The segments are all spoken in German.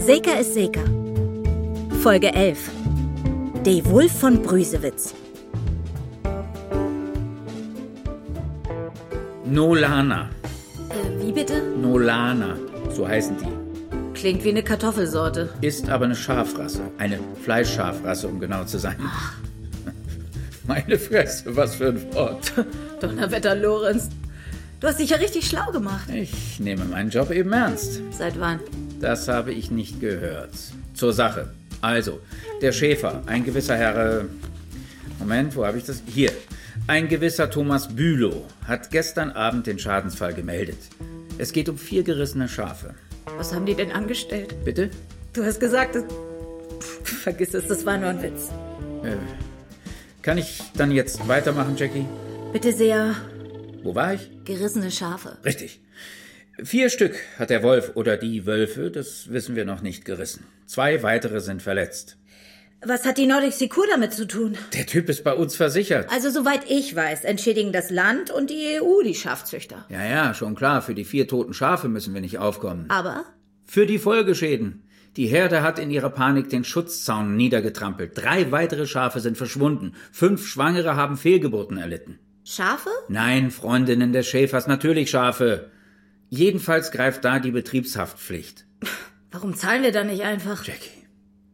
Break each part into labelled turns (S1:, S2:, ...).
S1: Seeker ist Seeker. Folge 11. De Wulf von Brüsewitz.
S2: Nolana.
S3: Äh, wie bitte?
S2: Nolana, so heißen die.
S3: Klingt wie eine Kartoffelsorte.
S2: Ist aber eine Schafrasse. Eine Fleischschafrasse, um genau zu sein. Meine Fresse, was für ein Wort.
S3: Donnerwetter, Lorenz. Du hast dich ja richtig schlau gemacht.
S2: Ich nehme meinen Job eben ernst.
S3: Seit wann?
S2: Das habe ich nicht gehört. Zur Sache. Also, der Schäfer, ein gewisser Herr. äh, Moment, wo habe ich das? Hier. Ein gewisser Thomas Bülow hat gestern Abend den Schadensfall gemeldet. Es geht um vier gerissene Schafe.
S3: Was haben die denn angestellt?
S2: Bitte?
S3: Du hast gesagt, das... Pff, vergiss es, das war nur ein Witz.
S2: Kann ich dann jetzt weitermachen, Jackie?
S3: Bitte sehr,
S2: Wo war ich?
S3: gerissene Schafe.
S2: Richtig. Vier Stück hat der Wolf oder die Wölfe, das wissen wir noch nicht, gerissen. Zwei weitere sind verletzt.
S1: Was hat die Nordic Secure damit zu tun?
S2: Der Typ ist bei uns versichert.
S1: Also, soweit ich weiß, entschädigen das Land und
S3: E
S1: die EU die Schafzüchter.
S2: Ja, ja, schon klar, für die vier toten Schafe müssen wir nicht aufkommen.
S1: Aber
S2: Für die Folgeschäden. Die Herde hat in ihrer Panik den Schutzzaun niedergetrampelt. Drei weitere Schafe sind verschwunden. Fünf Schwangere haben Fehlgeburten erlitten.
S1: Schafe?
S2: Nein, Freundinnen des Schäfers, natürlich Schafe. Jedenfalls greift da die Betriebshaftpflicht.
S3: Warum zahlen wir da nicht einfach?
S2: Jackie,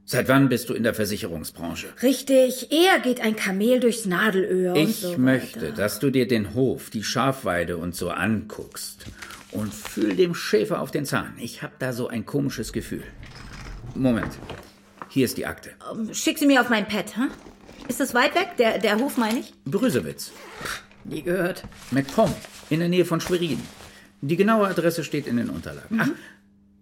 S2: seit wann bist du in der Versicherungsbranche?
S1: Richtig, eher geht ein Kamel durchs Nadelöhr. und
S2: Ich
S1: so weiter.
S2: möchte, dass du dir den Hof, die Schafweide und so anguckst und fühl dem Schäfer auf den Zahn. Ich hab da so ein komisches Gefühl. Moment. Hier ist die Akte.
S3: Schick sie mir auf mein Pad, hm? Ist das weit weg? Der, der Hof, meine ich?
S2: Brüsewitz,
S3: Nie gehört.
S2: MacPom, in der Nähe von Schwerin. Die genaue Adresse steht in den
S1: Mhm.
S2: Unterlagen. Ach,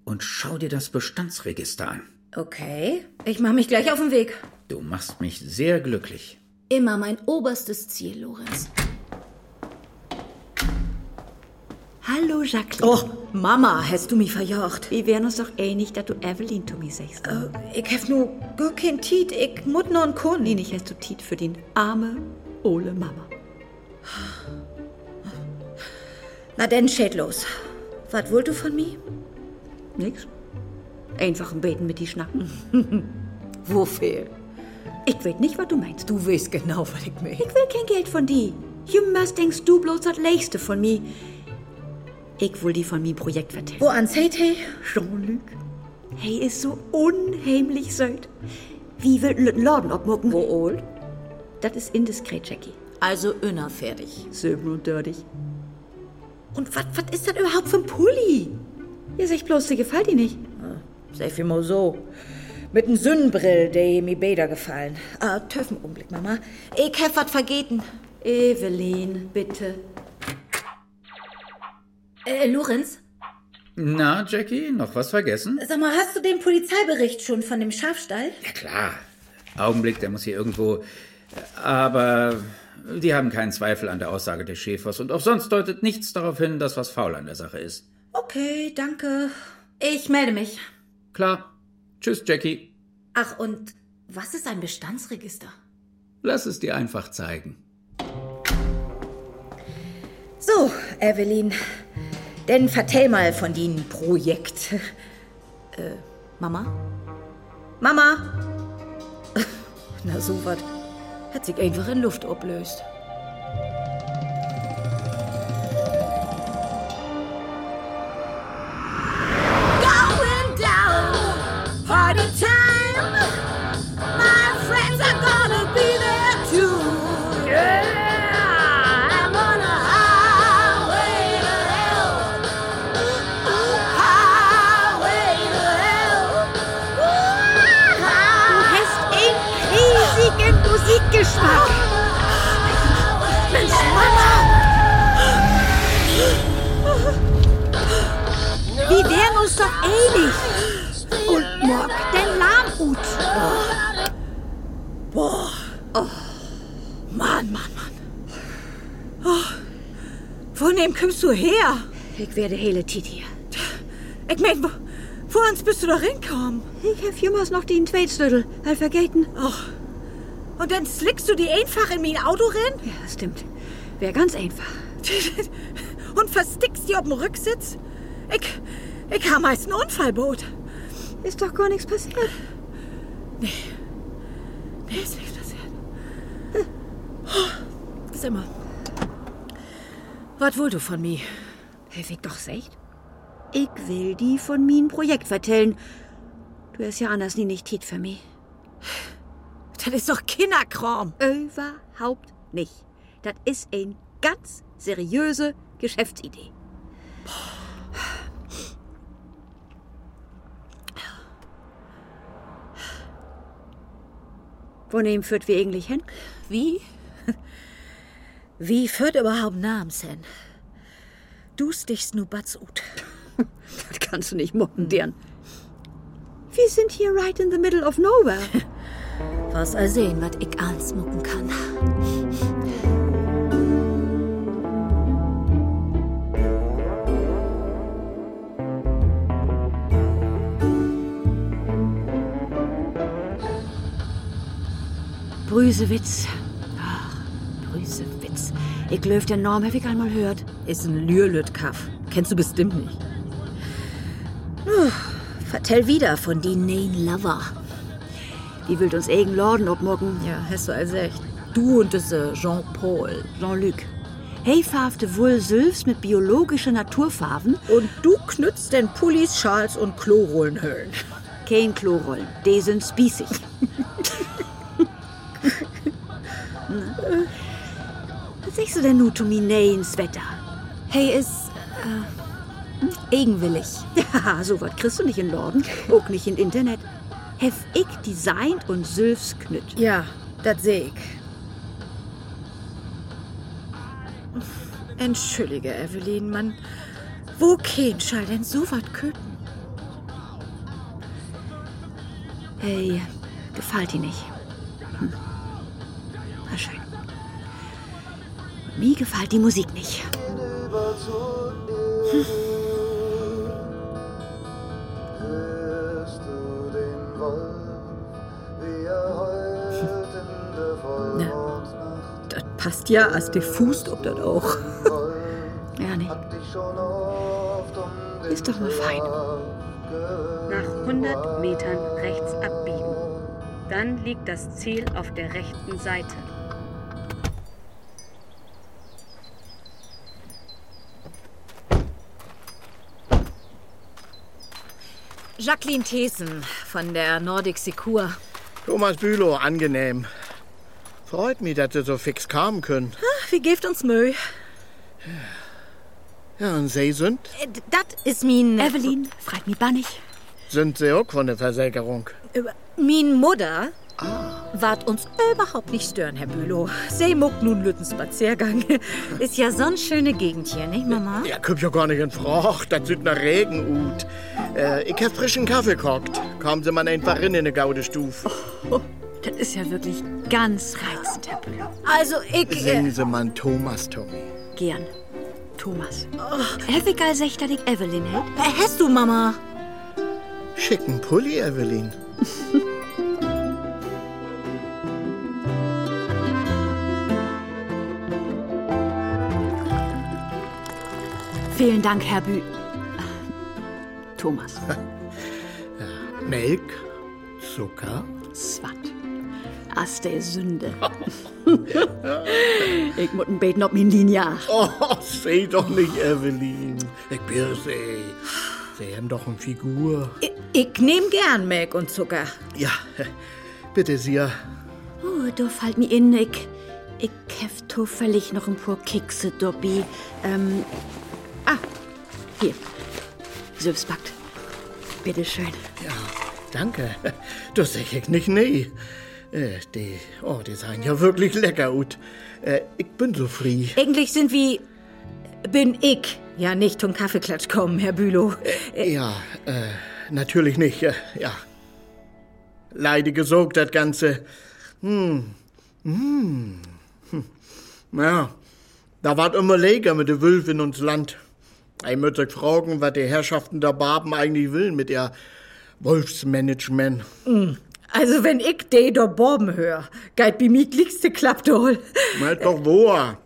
S2: und schau dir das Bestandsregister an.
S1: Okay, ich mache mich gleich auf den Weg.
S2: Du machst mich sehr glücklich.
S3: Immer mein oberstes Ziel, Lorenz. Hallo, Jacqueline.
S4: Oh, Mama, hast du mich verjocht?
S5: Wir wären uns doch ähnlich, dass du Evelyn zu mir sagst.
S4: Äh, Ich hab nur gar kein Tiet, ich mut nur ein Kun.
S5: Nee, nicht hast du Tiet für den arme, ole Mama.
S4: Na denn, schäd los. Was wollt du von mir?
S5: Nix? Einfach im Beten mit die Schnacken. Wofür? Ich weiß nicht, was du meinst.
S4: Du weißt genau, was ich mein.
S5: Ich will kein Geld von dir. Jümmers denkst du bloß das Leichste von mir. Ich will die von mir Projekt vertellen.
S4: Wo ans seid hey?
S5: Jean-Luc. Hey, ist so unheimlich süd. Wie will Lütten Laden obmucken? Wo old? Das ist indiskret, Jackie.
S3: Also innerfertig.
S5: 37.
S4: Und was was ist das überhaupt?
S5: Haupt vom Pulli. Ihr sagt bloß, sie gefällt dir nicht.
S4: Sei viel mal so. Mit n Sündenbrill, der mir Bäder gefallen. Ah, Töffenumblick, Mama. Ich hab was vergeten.
S5: Evelyn, bitte.
S3: Äh, Lorenz?
S2: Na, Jackie, noch was vergessen?
S4: Sag mal, hast du den Polizeibericht schon von dem Schafstall?
S2: Ja, klar. Augenblick, der muss hier irgendwo. Aber die haben keinen Zweifel an der Aussage des Schäfers und auch sonst deutet nichts darauf hin, dass was faul an der Sache ist.
S4: Okay, danke.
S3: Ich melde mich.
S2: Klar. Tschüss, Jackie.
S3: Ach, und was ist ein Bestandsregister?
S2: Lass es dir einfach zeigen.
S4: So, Evelyn. Denn vertell mal von deinem Projekt. Äh,
S3: Mama?
S4: Mama! Na sowas. Hat sich einfach in Luft ablöst.
S6: going down. Party time. My friends are gonna be there too. Yeah, I'm on a highway to hell. Ooh, ooh, highway to hell. Ooh, ah.
S5: eh Riesigen Musikgeschmack.
S6: Mensch, Mama.
S5: Wir wären uns doch ähnlich. Und morgen den Lahmut.
S4: Oh. Mann, Mann, Mann. Oh, von dem kommst du her?
S5: Ich werde hele Tiet hier.
S4: Ich mein, wo, wo uns bist du da hingekommen?
S5: Ich hab jemals noch den Zweitslüttel. Halt vergeten.
S4: Und dann slickst du die einfach in mein Auto rein?
S5: Ja, stimmt. Wäre ganz einfach.
S4: Und verstickst die auf dem Rücksitz? Ich, ich habe meist einen Unfallboot.
S5: Ist doch gar nichts passiert.
S4: Mir ist nichts passiert. Oh, Sag mal. Was willst du von mir? Hilf ich doch echt?
S5: Ich will die von mien Projekt vertellen. Du hast ja anders nie nicht tät für mich.
S4: Das ist doch Kinderkram.
S5: Überhaupt nicht. Das ist ein ganz seriöse Geschäftsidee. Wohin führt wir eigentlich hin?
S4: Wie?
S7: Wie führt überhaupt Namens hin? Du stichst nur Batz ut.
S5: Das kannst du nicht modern. Wir sind hier right in the middle of nowhere.
S7: Was er sehen, was ich alles mucken kann.
S5: Brüsewitz. Ach, Brüsewitz. Ich löf den Norm, hab ich einmal hört.
S4: Ist ein Lürlütkaff. Kennst du bestimmt nicht.
S7: Vertell wieder von die Nain Lover.
S5: Die will uns eigen Laden obmocken.
S4: Ja, hast du also echt. Du und diese Jean-Paul.
S5: äh, Jean-Luc. Hey, verhafte wohl Sylphs mit biologischen Naturfarben.
S8: Und du knützt den Pullis, Schals und Klorollenhöllen.
S5: Kein Klorollen. Die sind spießig. Na? Was sagst du denn nun zu mir nee, ins Wetter?
S4: Hey, ist.
S5: hm?
S4: Äh, eigenwillig.
S5: Ja, sowas kriegst du nicht in Laden. Auch nicht in Internet. Hef ich designt und Sylphs knüt.
S8: Ja, das seh ich.
S4: Entschuldige, Evelyn, Mann. Wo kein Schall denn so was köpen?
S5: Hey, gefällt dir nicht. Hm. War schön. Mir gefällt die Musik nicht.
S8: Das passt ja, als der Fuß ob das auch.
S5: Ja, nicht. Ist doch mal fein.
S9: Nach 100 Metern rechts abbiegen. Dann liegt das Ziel auf der rechten Seite.
S4: Jacqueline Thesen von der Nordic Secure.
S10: Thomas Bülow, angenehm. Freut mich, dass Sie so fix kamen können.
S4: Wie geeft uns Müll?
S10: Ja, und Sie sind?
S4: Äh, Das ist min.
S5: Evelyn, freit mich bannig.
S10: Sind Sie auch von der Versägerung?
S4: Min Mutter wart uns überhaupt nicht stören, Herr Bülow. Sie muckt nun Lütten Spaziergang. Ist ja sonst schöne Gegend hier, nicht, Mama?
S10: Ja, kommt ja gar nicht in Frage. Das sind nach Regenut. Äh, ich hab frischen Kaffee gekocht. Kommen Sie mal einfach rein in eine gaude Stufe.
S5: Das ist ja wirklich ganz reizend, Herr Bülow.
S4: Also, ich.
S8: äh,
S10: Singen Sie mal einen Thomas, Tommy.
S5: Gern. Thomas. Hef ich als echt, dass ich Evelyn hält?
S4: Äh, hast du, Mama?
S10: Schicken Pulli, Evelyn.
S5: Vielen Dank, Herr Bü. Thomas.
S10: Melk, Zucker.
S5: Swat. As der Sünde. ich muss ihn beten, ob mir Linie acht.
S10: Oh, seh doch nicht, Evelyn. Ich bier sie. Sie haben doch eine Figur.
S8: Ich, ich nehm gern Milch und Zucker.
S10: Ja, bitte, Sie.
S5: Oh, da fällt mir in, ich. Ich hef zufällig noch ein paar Kekse, Dobby. Ähm. Ah, hier. Sülfs backt. Bitteschön.
S10: Ja, danke. Das seh ich nicht nie. Äh, die, oh, die seien ja wirklich lecker, Ut. Äh, ich bin so frei.
S8: Eigentlich sind wir. bin ich. Ja, nicht zum Kaffeeklatsch kommen, Herr Bülow.
S10: Ja, äh, natürlich nicht, äh, ja. Leide gesogt, das Ganze. Hm, hm, hm. Ja, da wart immer Leger mit den Wölfen ins Land. Ich müsst euch fragen, was die Herrschaften der Barben eigentlich willen mit ihr Wolfsmanagement.
S8: Also, wenn ich de do Borben hör, geit bi mi glickste Klappdol.
S10: Meint doch woher.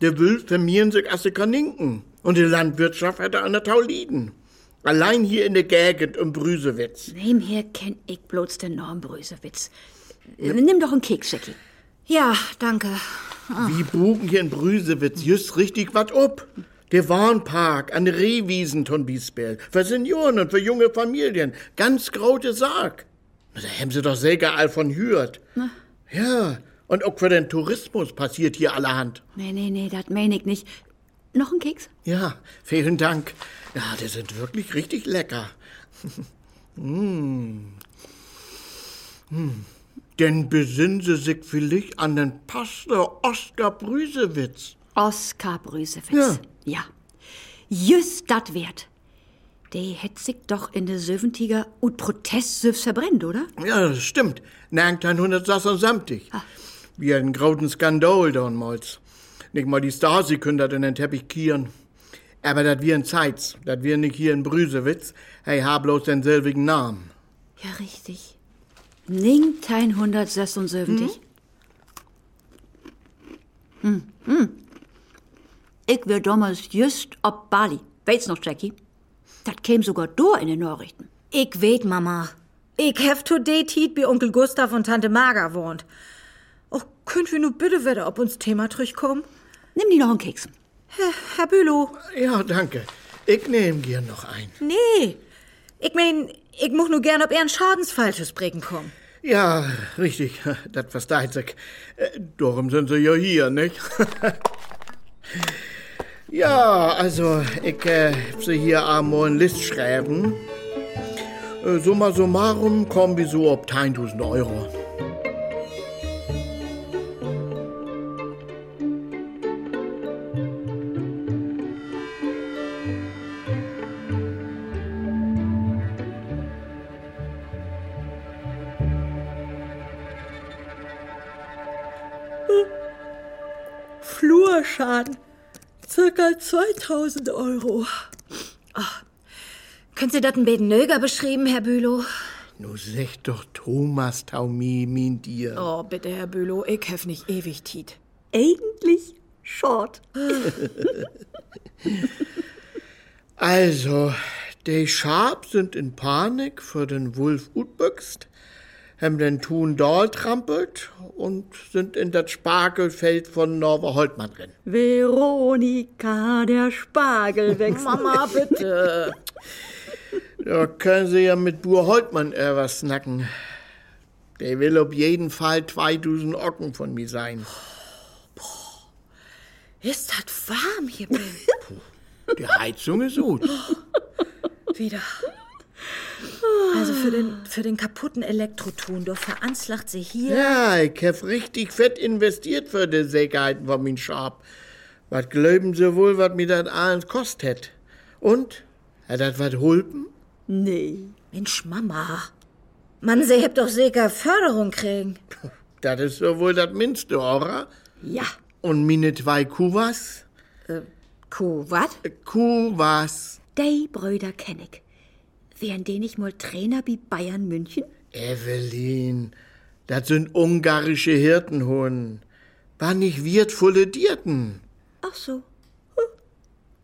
S10: Die Wölfe vermehren sich als die Kaninken. Und die Landwirtschaft hätte an der Tau liegen. Allein hier in der Gegend um Brüsewitz.
S5: Nebenher kenn ich bloß den Norm Brösewitz. Nimm doch einen Keks, Jackie.
S4: Ja, danke.
S10: Wie bogen hier in Brüsewitz just richtig was ab. Der Warnpark an der Rehwiesen von Biesbell. Für Senioren und für junge Familien. Ganz graute Sarg. Na, Da haben sie doch Säger all von Hürt. Ja, und auch für den Tourismus passiert hier allerhand.
S5: Nee, nee, nee, das mein ich nicht. Noch einen Keks?
S10: Ja, vielen Dank. Ja, die sind wirklich richtig lecker. mm. Hm. Denn besinnen Sie sich vielleicht an den Pastor Oskar Brüsewitz.
S5: Oskar Brüsewitz. Ja. Just dat wert. Der hätt sich doch in der Söventiger und Protest Sövs verbrennt, oder?
S10: Ja, das stimmt. 1976. Wie ein grauten Skandal damals. Nicht mal die Stasi kündert in den Teppich kieren. Aber dat wir in Zeitz, dat wir nicht hier in Brüsewitz, hey, ha bloß den selbigen Namen.
S5: Ja, richtig. Ningt 176. Hm. Hm. Ich wär damals just ob Bali. Weißt noch, Jackie? Das käm sogar du in den Nachrichten.
S4: Ich weet, Mama. Ich hef today tiet, wie Onkel Gustav und Tante Marga wohnt. Och, könnt wir nur bitte wieder ob uns Thema zurückkommen?
S5: Nimm die noch einen Keks.
S4: Herr, Herr Bülow.
S10: Ja, danke. Ich nehm gern noch ein.
S4: Nee. Ich mein, ich muss nur gern, ob er einen Schadensfalsches bringen kommen.
S10: Ja, richtig, das versteht sich. Äh, Darum sind sie ja hier, nicht? ja, also, ich äh, hab sie hier einmal eine List schreiben. Äh, summa summarum kommen wir so auf 1000 Euro.
S4: Flurschaden. Circa 2000 Euro. Ach, können Sie das ein bisschen nöger beschreiben, Herr Bülow?
S10: Nu sech doch Thomas Taumi, mein dir.
S4: Oh, bitte, Herr Bülow, ich hef nicht ewig tiet.
S5: Eigentlich short.
S10: Also, die Schab sind in Panik für den Wolf utbüxt, haben den Thun Dahl trampelt und sind in das Spargelfeld von Norber Holtmann drin.
S5: Veronika, der Spargel wächst.
S4: Mama, bitte.
S10: Da können Sie ja mit Bur Holtmann äh, was snacken. Der will auf jeden Fall 2000 Ocken von mir sein.
S4: Ist das warm hier drin?
S10: Die Heizung ist gut.
S4: Wieder. Also für den, für den kaputten Elektroton, doch veranslacht sie hier.
S10: Ja, ich hab richtig fett investiert für die Sägerheiten von min Schab. Was glauben Sie wohl, was mir das alles kostet? Und? Hat das was Hulpen?
S5: Nee.
S4: Mensch, Mama. Mann, sie hebt doch sicher Förderung kriegen.
S10: Das ist ja wohl das Mindeste, oder?
S5: Ja.
S10: Und meine zwei Kuwas?
S5: Kuh, wat?
S10: Äh, Kuwas.
S5: Die Brüder kenn ich. Wären die nicht mal Trainer bei Bayern München?
S10: Evelyn, das sind ungarische Hirtenhunden. Wann nicht wertvolle Dierten?
S5: Ach so.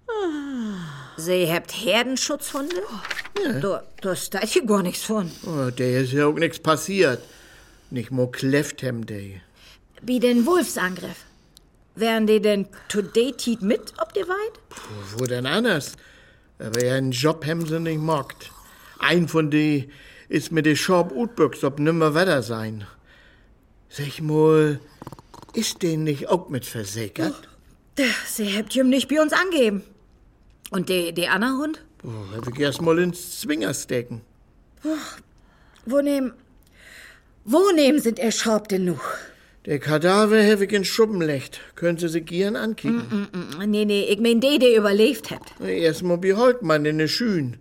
S4: Ah. Sie hebt Herdenschutzhunde? Oh, Da, da steht hier gar nichts von.
S10: Oh, der ist ja auch nichts passiert. Nicht mal Kleftem Day.
S4: Wie den Wolfsangriff. Wären die denn today tiet mit, ob die weit?
S10: Wo denn anders? Aber ihren Job haben sie nicht mockt. Ein von die ist mit der Shop Utbüchs, ob nimmer weiter sein. Sag mal, ist den nicht auch mit versickert?
S4: Sie hebt ihm nicht bei uns angeben. Und die, die Anna Hund?
S10: Oh, hab ich erst mal ins Zwingerstecken.
S4: Wo nehmen. Wo nehmen sind erschraubt genug?
S10: Der Kadaver hab ich in Schuppenlecht. Können Sie sich gern ankicken.
S4: Nee, nee, ich mein die, die überlebt hebt.
S10: Erst mal wie Holtmann in der Schün.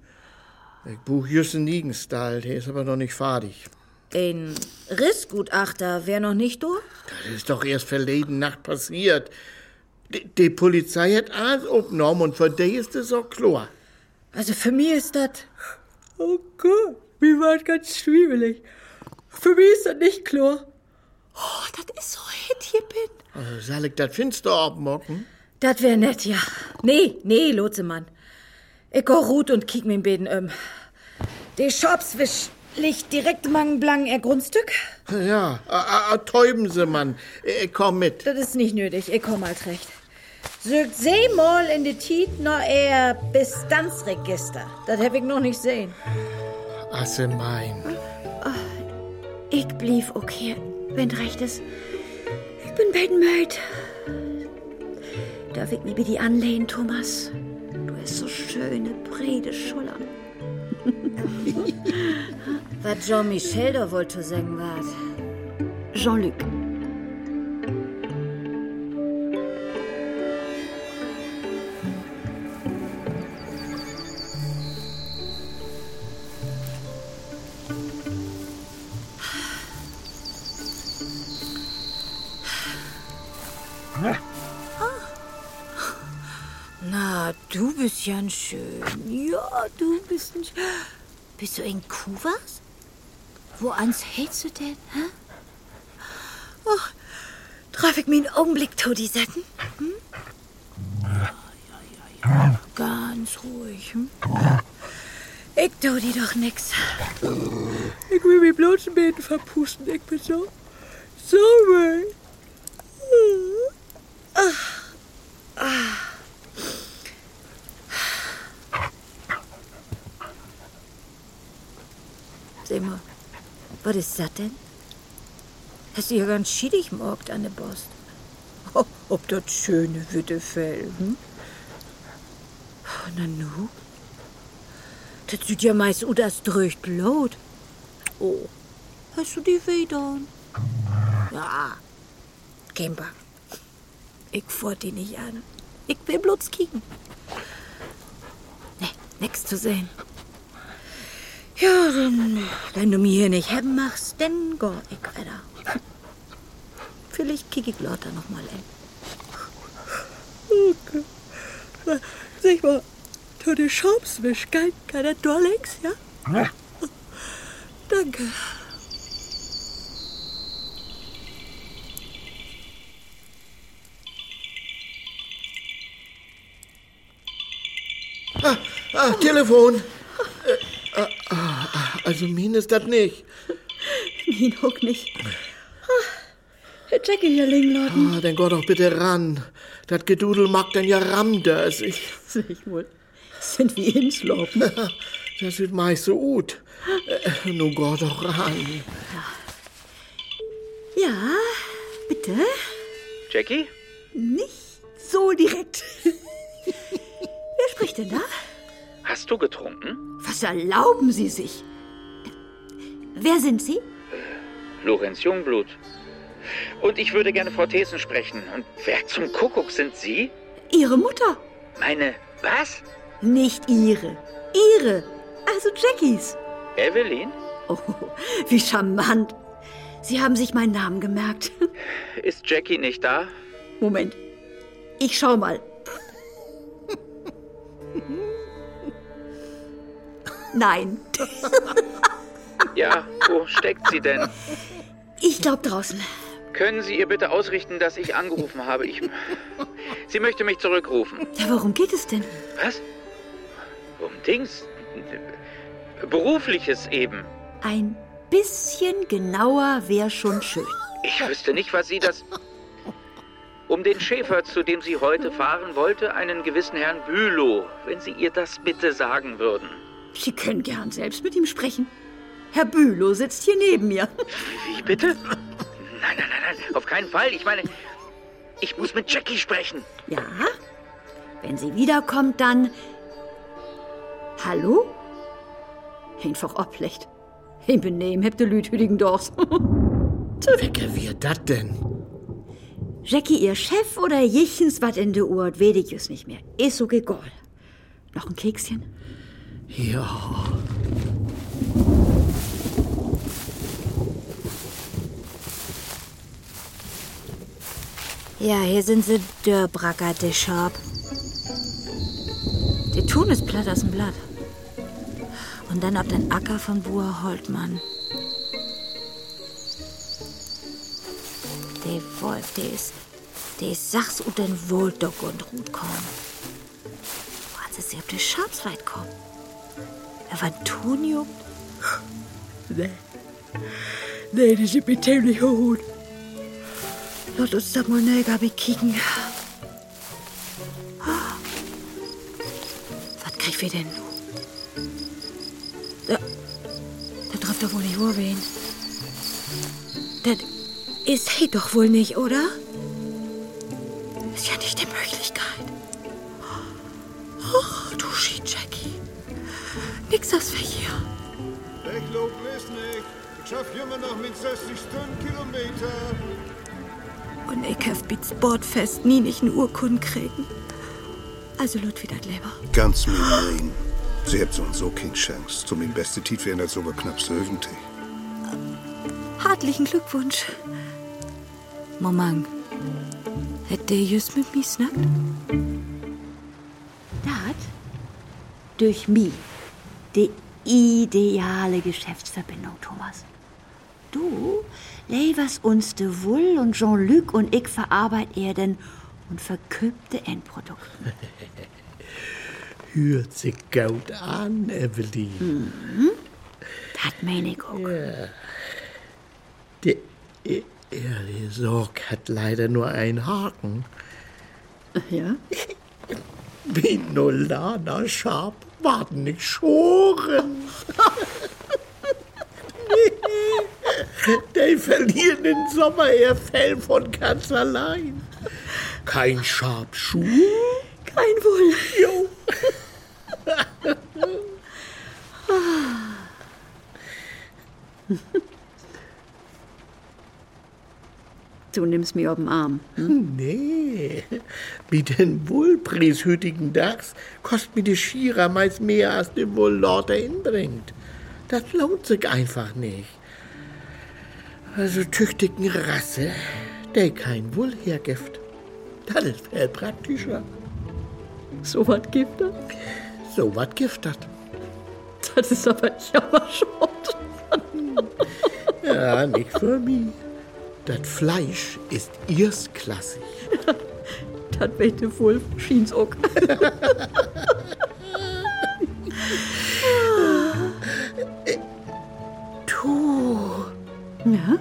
S10: Ich buch Jüssen Niegenstahl, der ist aber noch nicht fertig.
S4: Den Rissgutachter wär noch nicht durch?
S10: Das ist doch erst verleden Nacht passiert. Die, die Polizei hat alles aufgenommen und für die ist es auch klar.
S4: Also für mich ist das. Oh Gott, mir war ganz schwiebelig. Für mich ist das nicht klar. Oh, das ist so hit hier bin.
S10: Also soll ich das Finster abmocken?
S4: Das wär nett, ja. Nee, nee, Lotsemann.
S11: Ich go ruht und kiek mir beten
S4: ähm.
S11: um. Die Shops wisch liegt direkt mangenblang ihr Grundstück.
S10: Ja, a, a, a, täuben Sie, Mann. Äh, komm mit.
S11: Das ist nicht nötig, ich komm halt recht. Sögt sie mal in die Tiet noch eher Bestandsregister. Das hab ich noch nicht sehen.
S10: Asse mein.
S5: Ich blieb okay, wenn recht ist. Ich bin beiden müd. Darf ich mir die anlehnen, Thomas? Du hast so schöne, brede Schullern.
S4: Was Jean-Michel da wollte sagen war.
S5: Jean-Luc.
S4: Na, du bist ja ein schön. Ja, du bist ein schön. Bist du in Kuvas? Wo ans hältst du denn, hä? Ach, traf ich mir einen Augenblick, Todi Setten? Hm? Ja, ja, ja, ja. Ganz ruhig, hm? Ich tu dir doch nix. Ich will mich bloß ein bisschen verpusten. Ich bin so... Sorry.
S12: Sag mal, was ist das denn? Hast du ja ganz schiedig morgt an der Borst.
S4: Oh, ob das schöne Wittefell, hm? Na nu? Das sieht ja meist ut als dröcht Lot. Oh, hast du die Federn? Ja, kein Bang. Ich fuhr die nicht an. Ich will bloß kicken. Nee, nix zu sehen. Ja, denn, wenn du mir hier nicht haben machst, dann go ich weiter. Vielleicht kicke ich Lotta noch mal ein. Okay. Na, Sag mal, du die Shops wisch, kein, keiner Dorlex, ja? Danke.
S10: Ah, ah, Telefon. Äh, ah, ah, also mein ist das nicht.
S5: Nein, auch nicht. Ah, Jackie hier liegen, Leute.
S10: Ah, dann geh doch bitte ran. Das Gedudel mag dann ja ramders. Ich,
S5: Ich wohl. Sind wir hinschlaufen?
S10: das sieht meist so gut. Äh, nun geh doch ran.
S5: Ja, bitte.
S2: Jackie?
S5: Nicht so direkt. Wer spricht denn da?
S2: Hast du getrunken?
S5: Was erlauben Sie sich? Wer sind Sie?
S2: Lorenz Jungblut. Und ich würde gerne Frau Thesen sprechen. Und wer zum Kuckuck sind Sie?
S5: Ihre Mutter.
S2: Meine, was?
S5: Nicht Ihre. Ihre. Also Jackies.
S2: Evelyn?
S5: Oh, wie charmant. Sie haben sich meinen Namen gemerkt.
S2: Ist Jackie nicht da?
S5: Moment. Ich schau mal. Nein.
S2: Ja, wo steckt sie denn?
S5: Ich glaub draußen.
S2: Können Sie ihr bitte ausrichten, dass ich angerufen habe? Ich. Sie möchte mich zurückrufen.
S5: Ja, worum geht es denn?
S2: Was? Um Dings? Berufliches eben.
S5: Ein bisschen genauer wäre schon schön.
S2: Ich wüsste nicht, was Sie das. Um den Schäfer, zu dem sie heute fahren wollte, einen gewissen Herrn Bülow, wenn Sie ihr das bitte sagen würden.
S5: Sie können gern selbst mit ihm sprechen. Herr Bülow sitzt hier neben mir.
S2: Wie bitte? Nein, nein, nein, nein, auf keinen Fall. Ich meine, ich muss mit Jackie sprechen.
S5: Ja? Wenn sie wiederkommt, dann. Hallo? Einfach ablecht. Im Benehmen habt ihr Lüd Hüdigendorfs.
S10: Wecke wir das denn?
S5: Jackie, ihr Chef oder jichens wat in de Uhr, weet ich es nicht mehr. Ist so gegoll. Noch ein Kekschen?
S10: Ja.
S4: Ja, hier sind sie, Dörbracker, der Schab. Der Ton ist platt als ein Blatt. Und dann ab den Acker von Bua Holtmann. Der Wolf, der ist. Der ist Sachs und den Wohldock und Ruth kommen. Woran dass sie auf die Schafsweit kommen. Er war Tunium. Nee. Nee, das ist mir ziemlich hoch. Lass uns da mal näher bekicken. Was krieg wir denn? Da, da trifft doch wohl nicht Urwen. Das ist hey doch wohl nicht, oder? Ist ja nicht die Möglichkeit. Oh, du Schied, Jackie. Nix aus wir hier.
S13: Ich lob es nicht. Ich schaff immer noch mit 60 Stundenkilometer.
S4: Und ich hab bis Bordfest nie nicht einen Urkunden kriegen. Also lot wieder Leber.
S14: Ganz mit rein. Sie hat so und so keine Chance. Zum den besten Titel wären das sogar knapp 70.
S4: Hartlichen Glückwunsch. Momang, hätt der jüst mit mir snackt?
S5: Dat durch mich die ideale Geschäftsverbindung, Thomas. Du leverst uns de Wull und Jean-Luc und ich verarbeit er den und verküppte Endprodukt.
S10: Hört sich gut an, Evelyn.
S5: Mhm. Dat mein ich auch.
S10: Die e- ehrliche Sorg hat leider nur einen Haken.
S5: Ja?
S10: Vinolana Schab war nicht schoren. Die verlieren den Sommer ihr Fell von ganz allein. Kein Schabschuh.
S4: Kein Wohl.
S10: Jo.
S5: Du nimmst mich auf den Arm.
S10: Nee, mit den wohlprishütigen Dachs kostet mir die Schierer meist mehr, als die wohl Leute hinbringt. Das lohnt sich einfach nicht. Also tüchtigen Rasse, der kein Wohl hergibt. Das ist viel praktischer.
S5: So was gibt das?
S10: So was gibt das.
S5: Das ist aber jammerschott.
S10: Ja, nicht für mich. Das Fleisch ist erstklassig.
S5: Das wette wohl schien's auch.
S10: Du,
S5: Ja?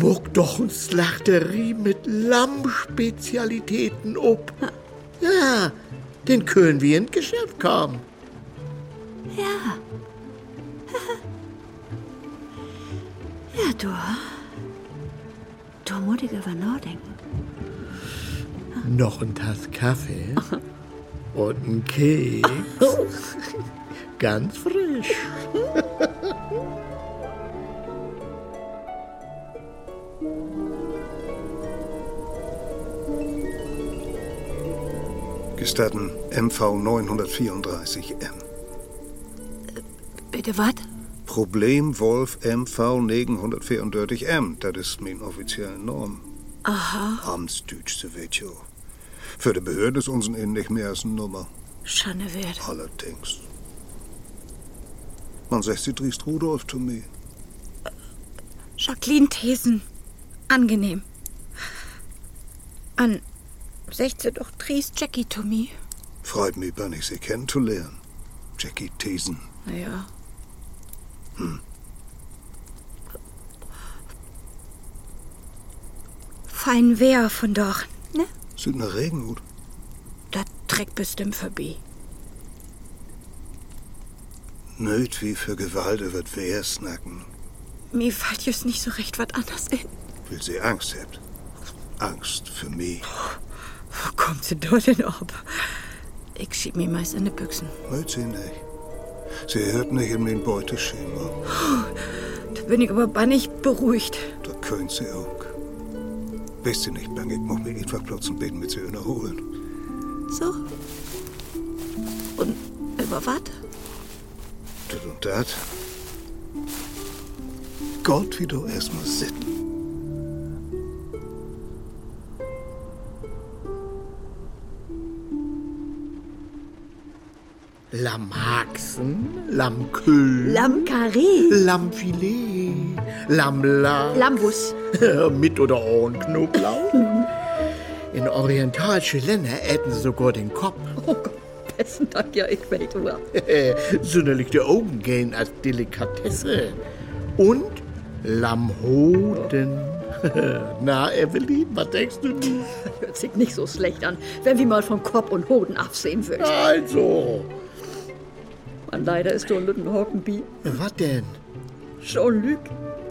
S10: muck doch eine Slachterie mit Lammspezialitäten ob. Ja, den können wir ins Geschäft kommen.
S5: Ja. ja, du. Du mutig über nachdenken.
S10: Noch ein Tass Kaffee und ein Keks. Ganz frisch.
S14: Gestatten MV 934M.
S4: Bitte was?
S14: Problem Wolf MV 934M. Das ist mein offizieller Norm.
S4: Aha.
S14: Amtsdütschste Vetio. Für die Behörde ist unseren Inn nicht mehr als eine Nummer.
S4: Schande wert.
S14: Allerdings. Man sagt, sie triest Rudolf zu mir.
S3: Jacqueline Thesen. Angenehm. An 16 doch Tries Jackie to me.
S14: Freut mich, wenn ich sie kennenzulernen. Jackie Thesen.
S3: Ja.
S14: Hm.
S3: Fein Wehr von doch.
S14: Sieht nach Regen gut.
S3: Da trägt bestimmt vorbei.
S14: Nöt wie für Gewalt über das Wehr snacken.
S3: Mir fällt just nicht so recht was anderes in.
S14: Will sie Angst habt. Angst für mich.
S3: Wo kommt sie da denn ab? Ich schieb mir meist in die Büchsen.
S14: Hört sie nicht. Sie hört nicht in mein Beuteschema.
S3: Da bin ich aber bannig beruhigt.
S14: Da könnt sie auch. Bist sie nicht bang, ich muss mir etwa plötzlich ein Beten mit sie erholen.
S3: So. Und über was?
S14: Das und das. Gott, wie du erstmal sitten.
S10: Lammhaxen, Lammkühl.
S5: Lammkarree.
S10: Lammfilet. Lammlachs.
S5: Lammwurst.
S10: Mit oder ohne
S5: Oh
S10: Knoblauch. In orientalische Länder äten sie sogar den Kopf.
S8: Dessen Dank, ja, ich weet wel.
S10: Äh, Sonderlich Augen gehen als Delikatesse. Und Lammhoden. Na, Evelyn, was denkst du?
S5: Hört sich nicht so schlecht an, wenn wir mal vom Kopf und Hoden absehen würden.
S10: Also.
S5: Man, leider ist du Lütten Hockenby.
S10: Was denn?
S5: Jean-Luc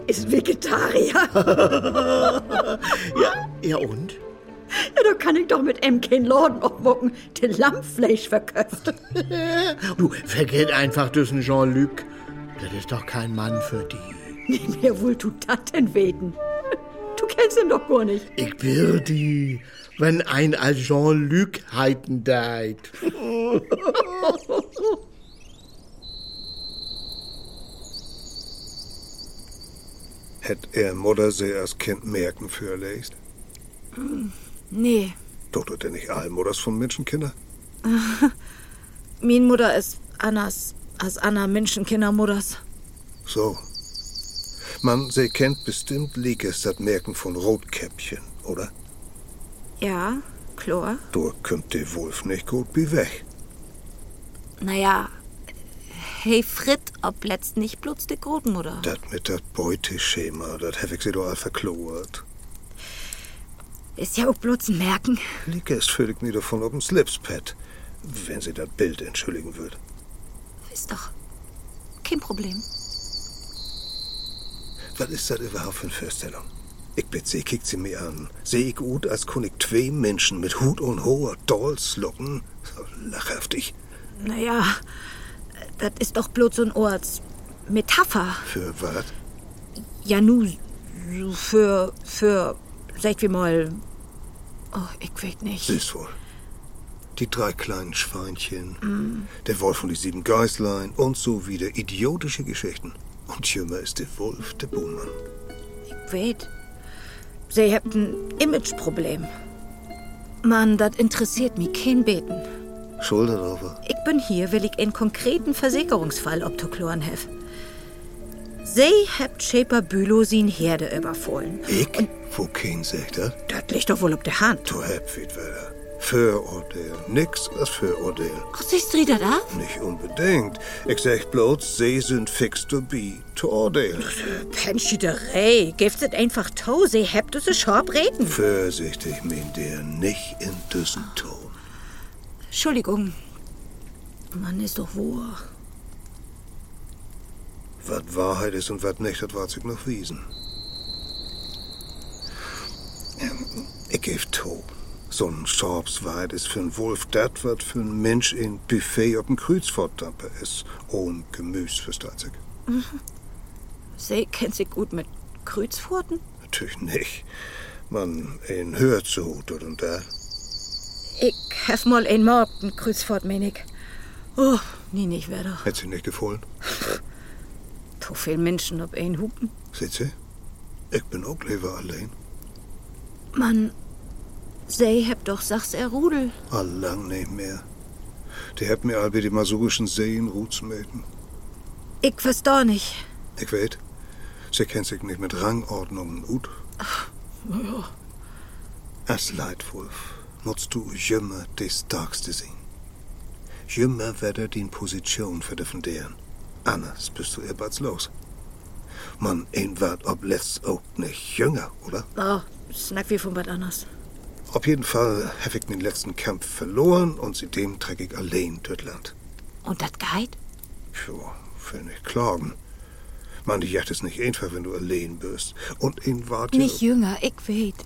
S5: ist Vegetarier.
S10: ja, ja und?
S5: Ja, da kann ich doch mit MK Lorden aufmucken, den Lammfleisch verköpft.
S10: Du, vergeht einfach diesen Jean-Luc. Das ist doch kein Mann für die.
S5: Nicht mehr wohl tut das denn weten. Du kennst ihn doch gar nicht.
S10: Ich will die, wenn ein als Jean-Luc heiten deit.
S14: Hätt er Muttersee als Kind merken fürlegt.
S4: Nee.
S14: Totet er nicht all Mutters von Menschenkinder?
S4: Min Mutter ist Annas, als Anna Menschenkindermutters.
S14: So. Man, sie kennt bestimmt Liekes das Merken von Rotkäppchen, oder?
S4: Ja, Chlor.
S14: Du kümmt der Wolf nicht gut wie weg.
S4: Naja, hey Frit, ob letzt nicht blutzt die Großmutter.
S14: Dat mit dat Beuteschema, dat hab ich sie doch all verklort.
S4: Ist ja auch bloß ein Merken.
S14: Lieke ist völlig nie davon auf dem Slipspad, wenn sie dat Bild entschuldigen würde.
S4: Ist doch kein Problem.
S14: Was ist das überhaupt für eine Vorstellung? Ich bitte sie, kickt sie mir an. Sehe ich gut als König zwei Menschen mit Hut und hoher Dolzlocken? So lachhaftig.
S4: Naja, das ist doch bloß so ein Orts Metapher.
S14: Für was?
S4: Ja, nu, so für, für, sagt wie mal, oh, ich weiß nicht.
S14: Süß wohl. Die drei kleinen Schweinchen,
S4: Mm.
S14: der Wolf und die sieben Geißlein und so wieder idiotische Geschichten. Und schlimmer ist der Wolf, der Buhmann.
S4: Wait. Sie habt ein Imageproblem. Mann, das interessiert mich kein Beten.
S14: Schulter drauf.
S4: Ich bin hier, weil ich einen konkreten Versicherungsfall obtokloren hef. Sie habt Schäper Bülow sin Herde überfohlen.
S14: Ich? Wo kein sagt das?
S4: Das liegt doch wohl ob der Hand.
S14: Du Häppfit wieder. Vorurteil. Nix als Vorurteil.
S4: Ach, siehst du wieder da?
S14: Nicht unbedingt. Ich sag bloß, sie sind fix to be. To Urteil.
S4: Penschiderei, giftet einfach Tau, sie habt es scharf reden.
S14: Vorsichtig, mein der, nicht in diesen Ton.
S4: Entschuldigung. Mann, ist doch wohl.
S14: Was Wahrheit ist und was nicht, das war sich noch wiesen. Ähm, Ich gebe to. So ein Schorpsweid ist für einen Wolf dat, was für einen Mensch in Buffet auf dem Kreuzfortdamper ist. Ohne Gemüse, versteht sich.
S4: Mhm. Sie kennt sich gut mit Kreuzfurten.
S14: Natürlich nicht. Man, ihn hört so gut und da.
S4: Ich hef mal ein Morgen Kreuzfurt, mein ich. Oh, nie nicht werde.
S14: Hätt sie nicht gefohlen.
S4: So viel Menschen ob ein Hupen.
S14: Seht sie? Ich bin auch lieber allein.
S4: Mann, sie hab doch, sag's er Rudel.
S14: Allang nicht mehr. Die hat mir all bei die masurischen Seen Rutsmäten.
S4: Ich versteh nicht.
S14: Ich weet, sie kennt sich nicht mit Rangordnungen ut.
S4: Naja.
S14: Als Leitwolf nutzt du jümmer des Starkste sehen. Jümmer werde die Position verdürfen deren. Anders bist du ebenfalls los. Man, ihn wart ob letzt auch nicht jünger, oder?
S4: Oh, snack wie von was anderes.
S14: Auf jeden Fall hab ich den letzten Kampf verloren und seitdem trage ich allein das Land.
S4: Und dat geht?
S14: Jo, will nicht klagen. Man, die Jagd ist nicht einfach, wenn du allein bist. Und ihn wart ja-
S4: Nicht jünger, ich weet.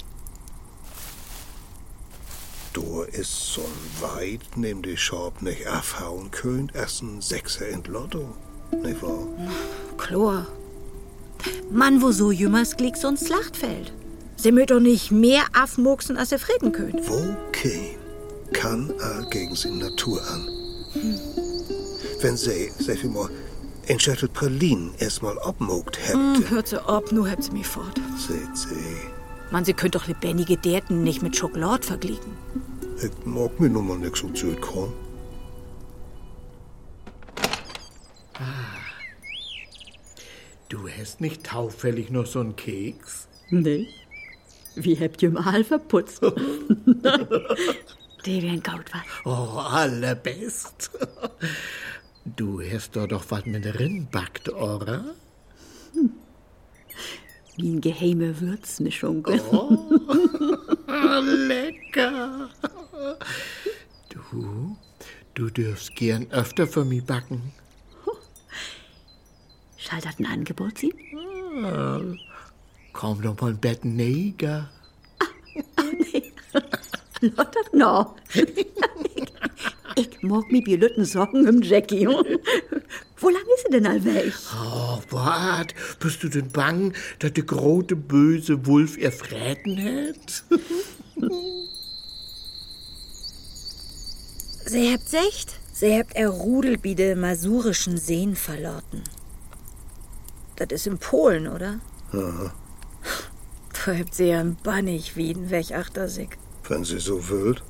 S14: Du ist so weit, nimm die Schorb nicht abhauen könnt, essen Sechser in Lotto. Nicht wahr?
S4: Chlor. Mann, wo so jümmers glieg so ins Schlachtfeld. Sie möcht doch nicht mehr afmuchsen, als sie frieden können.
S14: Wo kein kann all gegen sin Natur an.
S4: Hm.
S14: Wenn sie, sag ich mal, in Schüttel Pralinen erstmal obmogt hätt,
S4: Hm, hört sie ab, nur hebt sie mich fort.
S14: seht sie,
S4: Mann, sie könnt doch lebendige Därten nicht mit Schokolade verglichen.
S14: ich mag mir nun mal nix um Südkorn.
S10: Du hast nicht taufällig noch so einen Keks?
S5: Nee. Wie habt ihr mal verputzt? det wäre ein Goldwein.
S10: Oh, allerbest. Du hast da doch was mit Rindbackt, oder?
S5: Wie eine geheime Würzmischung.
S10: Ah, Lecker. Du, du dürfst gern öfter für mich backen.
S5: Schaltet ein Angebot, Sie?
S10: Ah, Komm doch mal in Bett näher.
S5: Lottert noch. ich, ich mag mir Lütten Socken im Jackie. Wo lang ist sie denn allweg?
S10: Oh, wart, bist du denn bang, dass der große böse Wolf ihr Fräten hat?
S4: Sie habt secht? Sie habt er Rudelbiede masurischen Seen verlorten. Das ist in Polen, oder?
S15: Aha.
S4: Da habt sie ja ein Bannig wie ein Wechachtersig.
S15: Wenn sie so wild.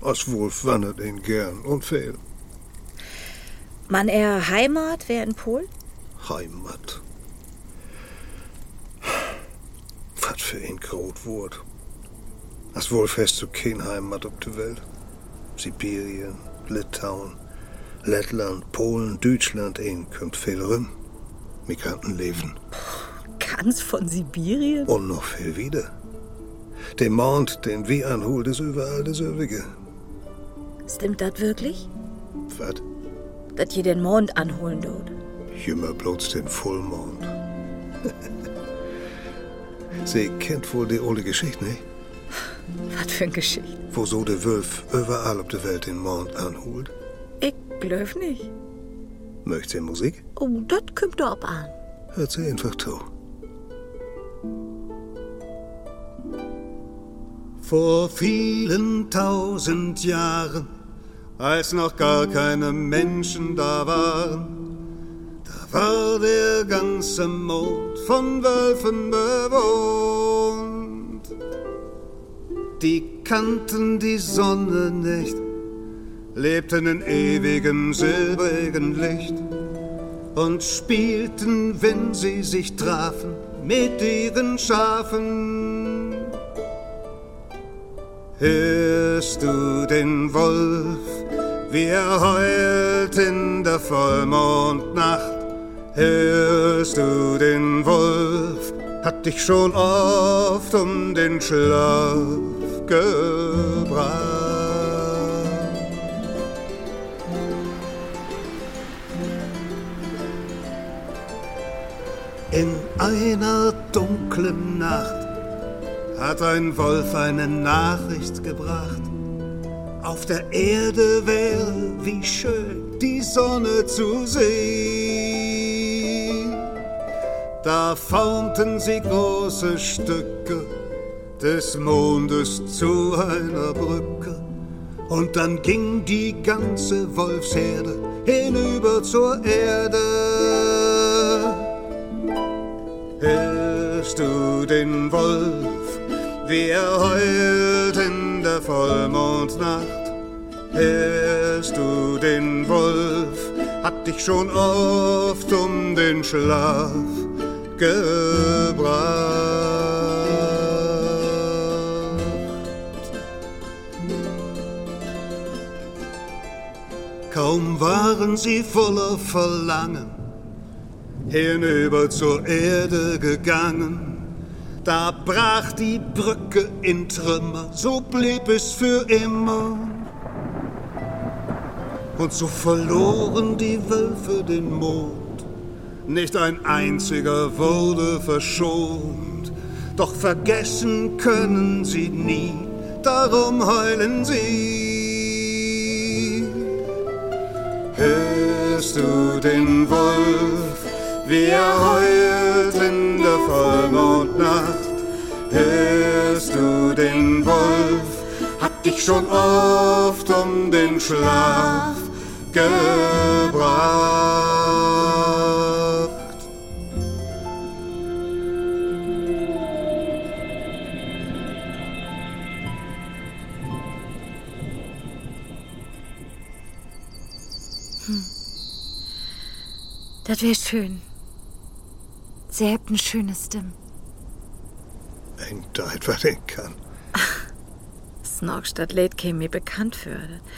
S15: Als Wolf wandert ihn gern und fehl.
S4: Man er Heimat wär in Polen?
S15: Heimat. Was für ein Grotwort. Als Wolf hast du kein Heimat auf der Welt. Sibirien, Litauen, Lettland, Polen, Deutschland, ihn kommt viel rum. Migranten leben.
S4: Ganz von Sibirien?
S15: Und noch viel wieder. Der Mond, den wir anholt, ist überall das Ewige.
S4: Stimmt das wirklich?
S15: Was?
S4: Dass ihr den Mond anholen dort?
S15: Jümmer bloß den Vollmond. Sie kennt wohl die alte Geschichte, nicht?
S4: Was für ein Geschicht.
S15: Wo so der Wolf überall auf der Welt den Mond anholt.
S4: Ich blöf nicht.
S15: Möcht sie Musik?
S4: Oh, das kommt doch ab an.
S15: Hört sie einfach zu.
S14: Vor vielen tausend Jahren, als noch gar keine Menschen da waren, da war der ganze Mond von Wölfen bewohnt. Die kannten die Sonne nicht, lebten in ewigem silbrigen Licht und spielten, wenn sie sich trafen, mit ihren Schafen. Hörst du den Wolf, wie er heult in der Vollmondnacht? Hörst du den Wolf, hat dich schon oft um den Schlaf gebracht. In einer dunklen Nacht hat ein Wolf eine Nachricht gebracht. Auf der Erde wäre wie schön die Sonne zu sehen. Da formten sie große Stücke des Mondes zu einer Brücke. Und dann ging die ganze Wolfsherde hinüber zur Erde. Hörst du den Wolf, wie er heult in der Vollmondnacht? Hörst du den Wolf, hat dich schon oft um den Schlaf gebracht? Kaum waren sie voller Verlangen hinüber zur Erde gegangen. Da brach die Brücke in Trümmer, so blieb es für immer. Und so verloren die Wölfe den Mond, nicht ein einziger wurde verschont. Doch vergessen können sie nie, darum heulen sie. Hörst du den Wolf? wie er heult in der Vollmondnacht. Hörst du den Wolf, hat dich schon oft um den Schlaf gebracht.
S4: Das wär schön. Sie habt ein schönes Stimm.
S15: Ein Deit, was er kann.
S3: das Norgstadtlied käme mir bekannt für.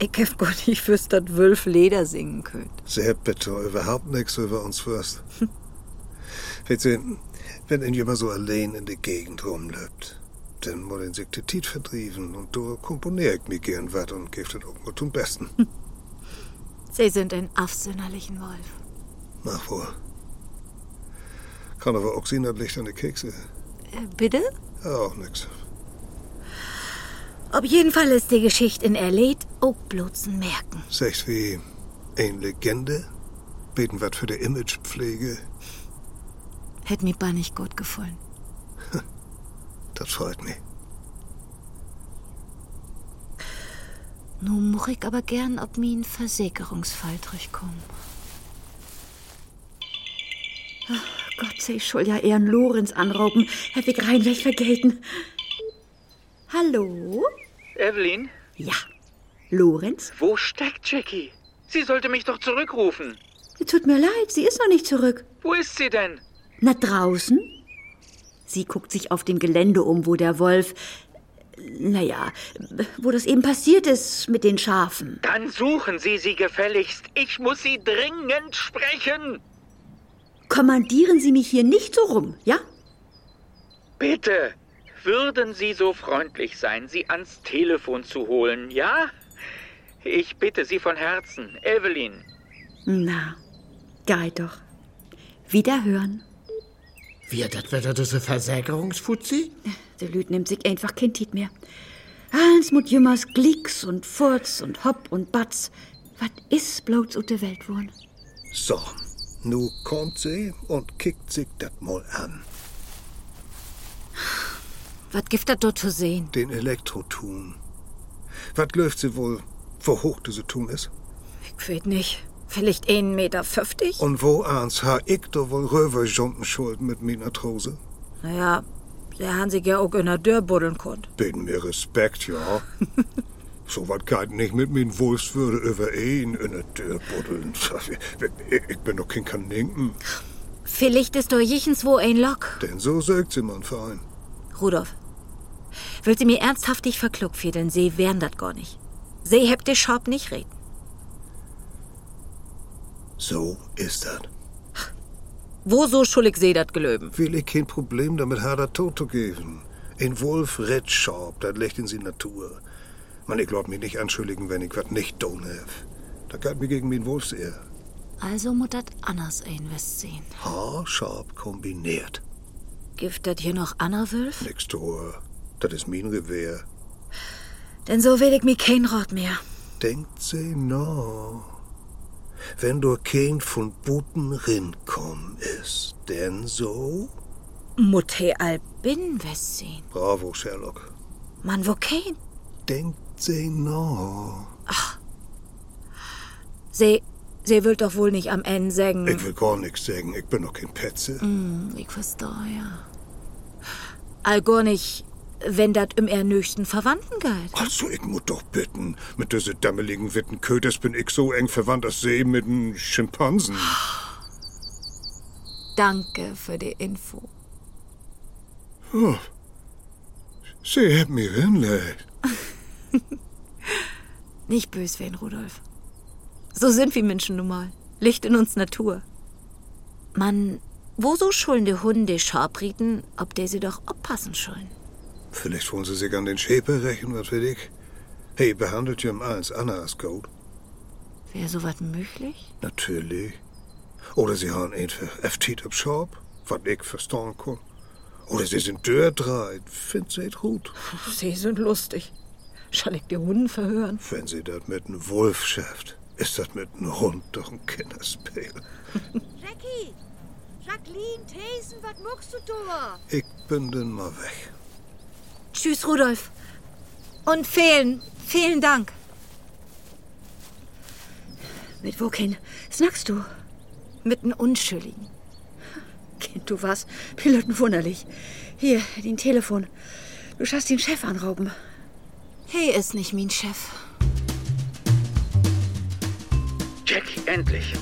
S3: Ich hab Gott nicht fürs dat Wölf Leder singen können.
S14: Sehr bitte, überhaupt nichts über uns fürst. Wisst ihr, wenn ein jemand so allein in der Gegend rumlebt, dann muss er sich die Tiet vertrieben und da komponiere ich mir gern was und gebe das auch nur zum Besten.
S4: Sie sind ein afsünderlichen Wolf.
S14: Mach wohl. Kann aber auch sehen, das Licht an die Kekse.
S4: Äh, bitte?
S14: Auch nix.
S4: Auf jeden Fall ist die Geschichte in Erled auch bloß ein Merken.
S14: Sagt wie ein Legende, beten wat für die Imagepflege,
S4: Hätte mir bar nicht gut gefallen.
S14: das freut mich.
S4: Nun muss ich aber gern, ob mir ein Versicherungsfall durchkommt.
S5: Ach Gott, sei ich soll ja ehren Lorenz anrauben. Herr Weg rein, werd ich vergelten. Hallo?
S2: Evelyn,
S5: Ja. Lorenz?
S2: wo steckt Jackie? Sie sollte mich doch zurückrufen.
S5: Tut mir leid, sie ist noch nicht zurück.
S2: Wo ist sie denn?
S5: Na draußen? Sie guckt sich auf dem Gelände um, wo der Wolf. Naja, wo das eben passiert ist mit den Schafen.
S2: Dann suchen Sie sie gefälligst. Ich muss sie dringend sprechen.
S5: Kommandieren Sie mich hier nicht so rum, ja?
S2: Bitte, würden Sie so freundlich sein, sie ans Telefon zu holen, ja? Ich bitte Sie von Herzen, Evelyn.
S5: Na, geil doch. Wiederhören.
S10: Wie, das wäre das ein Versägerungsfuzzi?
S5: Der Lüt nimmt sich einfach kein Tiet mehr. Hans mut jümmers Glicks und Furz und Hopp und Batz. Was is bloß ut de Welt worn?
S14: So, nu kommt sie und kickt sich das mal an.
S4: Was gibt das dort zu sehen?
S14: Den Elektrotum. Was läuft sie wohl, wo hoch diese Tun ist?
S3: Ich weiß nicht. Vielleicht 1,50 Meter.
S14: Und wo ans ha ich do wohl rüberjumpen schuld mit meiner Trose?
S3: Naja, der haben sich ja auch in der Dörr buddeln konnt.
S14: Bitten mir Respekt, ja. so was kann ich nicht mit meinen Wolfswürde über ihn in der Tür buddeln. Ich- Ich bin doch kein Kaninken.
S4: Vielleicht ist doch jichenswo ein Lock.
S14: Denn so sägt sie man Verein.
S4: Rudolf, willst du mir ernsthaftig verkluckfedeln? Sie wären dat gar nicht. Sie hebt de Schop nicht reden.
S14: So ist das.
S3: Wo so schuldig seh dat Gelöben?
S14: Will ich kein Problem damit haben, das tot zu geben. Ein Wolf rett scharf, das liegt in sie Natur. Man, ich glaub mich nicht anschuldigen, wenn ich was nicht tun darf. Da geht mir gegen meinen Wolfs eher.
S4: Also muss dat anders ein West sehen.
S14: Haarscharf kombiniert.
S4: Gibt dat hier noch Anna Wölf?
S14: Nix tue. Das ist mein Gewehr.
S3: Denn so will ich mir kein Rat mehr.
S14: Denkt sie no. Wenn du kein von Buten rinkomm ist, denn so?
S3: Mutter Albin West sehen.
S14: Bravo, Sherlock.
S3: Mann, wo kein?
S14: Denkt sie no.
S3: Sie, sie will doch wohl nicht am Ende sagen.
S14: Ich will gar nix sagen, ich bin noch kein Petze.
S3: Hm, ich verstehe, ja. All gar nicht, wenn dat im ernüchten Verwandten galt.
S14: Also, ich muss doch bitten, mit diese dämmeligen Wittenköters bin ich so eng verwandt als See mit den Schimpansen.
S4: Danke für die Info.
S14: Oh. Sie hat mir hinleid.
S4: Nicht bös werden, Rudolf. So sind wir Menschen nun mal. Licht in uns Natur. Mann, wo so schulden die Hunde schabrieten, ob der sie doch abpassen schulden?
S14: Vielleicht wollen sie sich an den Schäper rächen, was will ich? Hey, behandelt ihr im Eins Anna als Gold?
S4: Wäre sowas möglich?
S14: Natürlich. Oder sie haben einfach FT im Shop, was ich verstehen kann. Oder sie sind dörrdreit, find sie gut.
S3: Sie sind lustig. Schall ich die Hunden verhören?
S14: Wenn sie das mit einem Wolf schafft, ist das mit einem Hund doch ein Kinderspiel.
S6: Jackie! Jacqueline, Thesen, was machst du da?
S14: Ich bin dann mal weg.
S4: Tschüss, Rudolf. Und vielen, vielen Dank. Mit wo, Ken? Snackst du? Mit einem Unschuldigen. Kind, du warst Piloten wunderlich. Hier, den Telefon. Du schaffst den Chef anrauben. Hey, ist nicht mein Chef.
S2: Jackie, endlich.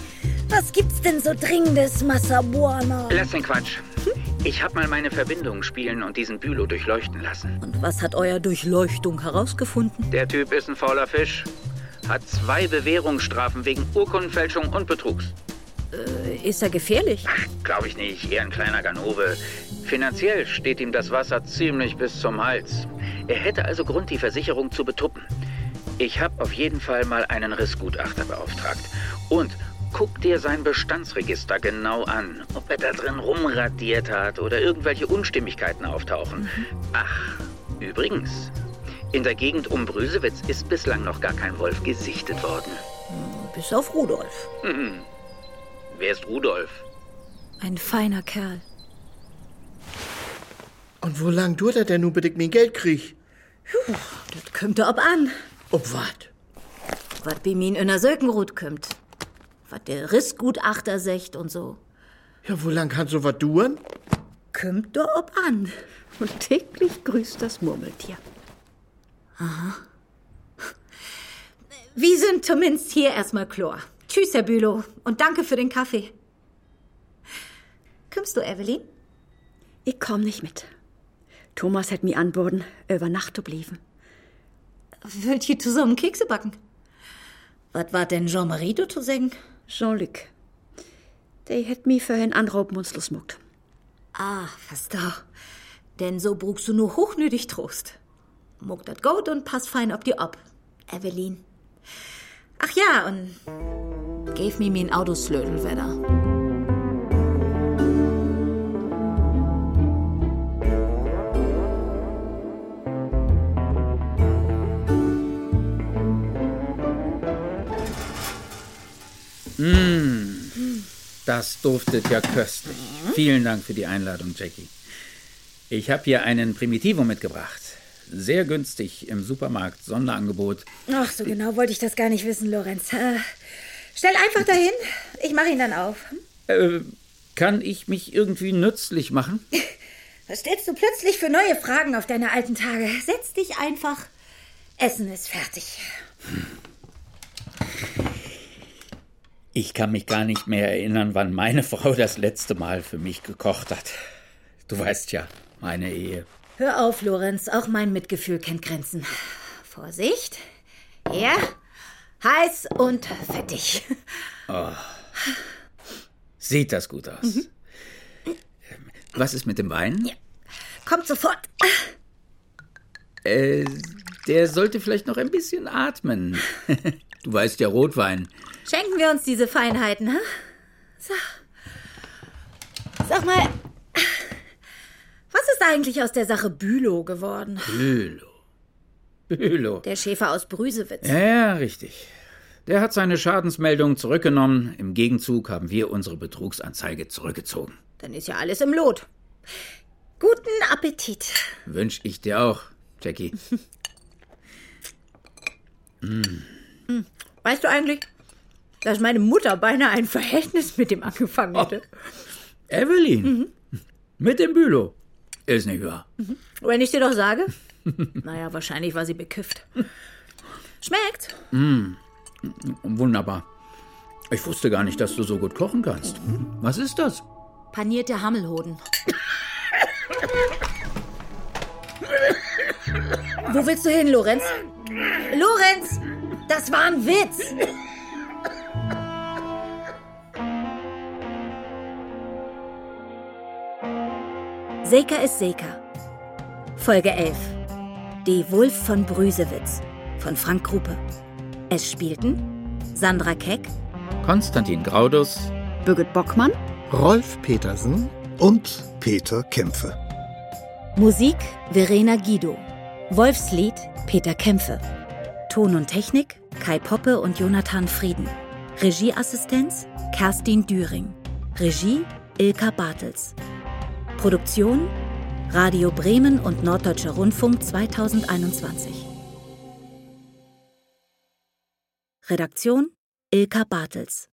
S7: Was gibt's denn so dringendes, Massa Buana?
S2: Lass den Quatsch.
S16: Ich habe mal meine Verbindung spielen und diesen Bülow durchleuchten lassen.
S7: Und was hat euer Durchleuchtung herausgefunden?
S16: Der Typ ist ein fauler Fisch. Hat zwei Bewährungsstrafen wegen Urkundenfälschung und Betrugs.
S7: Äh, ist er gefährlich?
S16: Glaube ich nicht, eher ein kleiner Ganove. Finanziell steht ihm das Wasser ziemlich bis zum Hals. Er hätte also Grund, die Versicherung zu betuppen. Ich habe auf jeden Fall mal einen Rissgutachter beauftragt. Und guck dir sein Bestandsregister genau an, ob er da drin rumradiert hat oder irgendwelche Unstimmigkeiten auftauchen. Ach, übrigens, in der Gegend um Brüsewitz ist bislang noch gar kein Wolf gesichtet worden.
S7: Bis auf Rudolf.
S16: Hm. Wer ist Rudolf?
S4: Ein feiner Kerl.
S10: Und wo lang tut er denn unbedingt mein Geld krieg?
S7: Das kommt ob an.
S10: Ob wat?
S4: Was bei mir in der Sökenrut kommt. Was der Rissgutachter secht und so.
S10: Ja, wo lang kann so was duren?
S4: Kommt doch ob an.
S5: Und täglich grüßt das Murmeltier.
S4: Aha. Wir sind zumindest hier erstmal Chlor. Tschüss, Herr Bülow. Und danke für den Kaffee. Kommst du, Evelyn?
S5: Ich komm nicht mit. Thomas hat mir anboden, über Nacht zu bleiben.
S4: Wollt ihr zusammen Kekse backen? Was war denn Jean-Marie du zu sagen?
S5: Jean-Luc. Der hat mich für einen Anrauben uns losmuckt.
S4: Ah, was da. Denn so brugst du nur hochnötig Trost. Muck dat gut und pass fein ob die ob. Evelyn. Ach ja, und gave mir mein Autoslödel, Wetter.
S2: Mmh, das duftet ja köstlich. Vielen Dank für die Einladung, Jackie. Ich habe hier einen Primitivo mitgebracht. Sehr günstig im Supermarkt, Sonderangebot.
S8: Ach, so genau wollte ich das gar nicht wissen, Lorenz. Äh, stell einfach dahin. Ich mache ihn dann auf.
S2: Äh, kann ich mich irgendwie nützlich machen?
S8: Was stellst du plötzlich für neue Fragen auf deine alten Tage? Setz dich einfach. Essen ist fertig.
S2: Ich kann mich gar nicht mehr erinnern, wann meine Frau das letzte Mal für mich gekocht hat. Du weißt ja, meine Ehe.
S8: Hör auf, Lorenz. Auch mein Mitgefühl kennt Grenzen. Vorsicht. Ja. Heiß und fettig.
S2: Oh. Sieht das gut aus. Mhm. Was ist mit dem Wein? Ja.
S8: Kommt sofort.
S2: Äh, der sollte vielleicht noch ein bisschen atmen. Du weißt ja, Rotwein.
S8: Schenken wir uns diese Feinheiten, ha? So. Sag mal, was ist eigentlich aus der Sache Bülow geworden?
S2: Bülow. Bülow.
S8: Der Schäfer aus Brüsewitz.
S2: Ja, ja, richtig. Der hat seine Schadensmeldung zurückgenommen. Im Gegenzug haben wir unsere Betrugsanzeige zurückgezogen.
S8: Dann ist ja alles im Lot. Guten Appetit.
S2: Wünsch ich dir auch, Jackie. mm.
S8: Weißt du eigentlich, dass meine Mutter beinahe ein Verhältnis mit dem angefangen hätte. Oh,
S2: Evelyn? Mhm. Mit dem Bülow? Ist nicht wahr.
S8: Mhm. Wenn ich dir doch sage? naja, wahrscheinlich war sie bekifft. Schmeckt's?
S2: Mm. Wunderbar. Ich wusste gar nicht, dass du so gut kochen kannst. Was ist das?
S4: Panierte Hammelhoden.
S8: Wo willst du hin, Lorenz? Lorenz, das war ein Witz.
S7: Seeker ist Seeker. Folge 11. Die Wulf von Brüsewitz von Frank Krupe. Es spielten Sandra Keck,
S2: Konstantin Graudus,
S5: Birgit Bockmann,
S14: Rolf Petersen und Peter Kämpfe.
S7: Musik Verena Guido. Wolfslied Peter Kämpfe. Ton und Technik Kai Poppe und Jonathan Frieden. Regieassistenz Kerstin Düring. Regie Ilka Bartels. Produktion Radio Bremen und Norddeutscher Rundfunk 2021. Redaktion Ilka Bartels.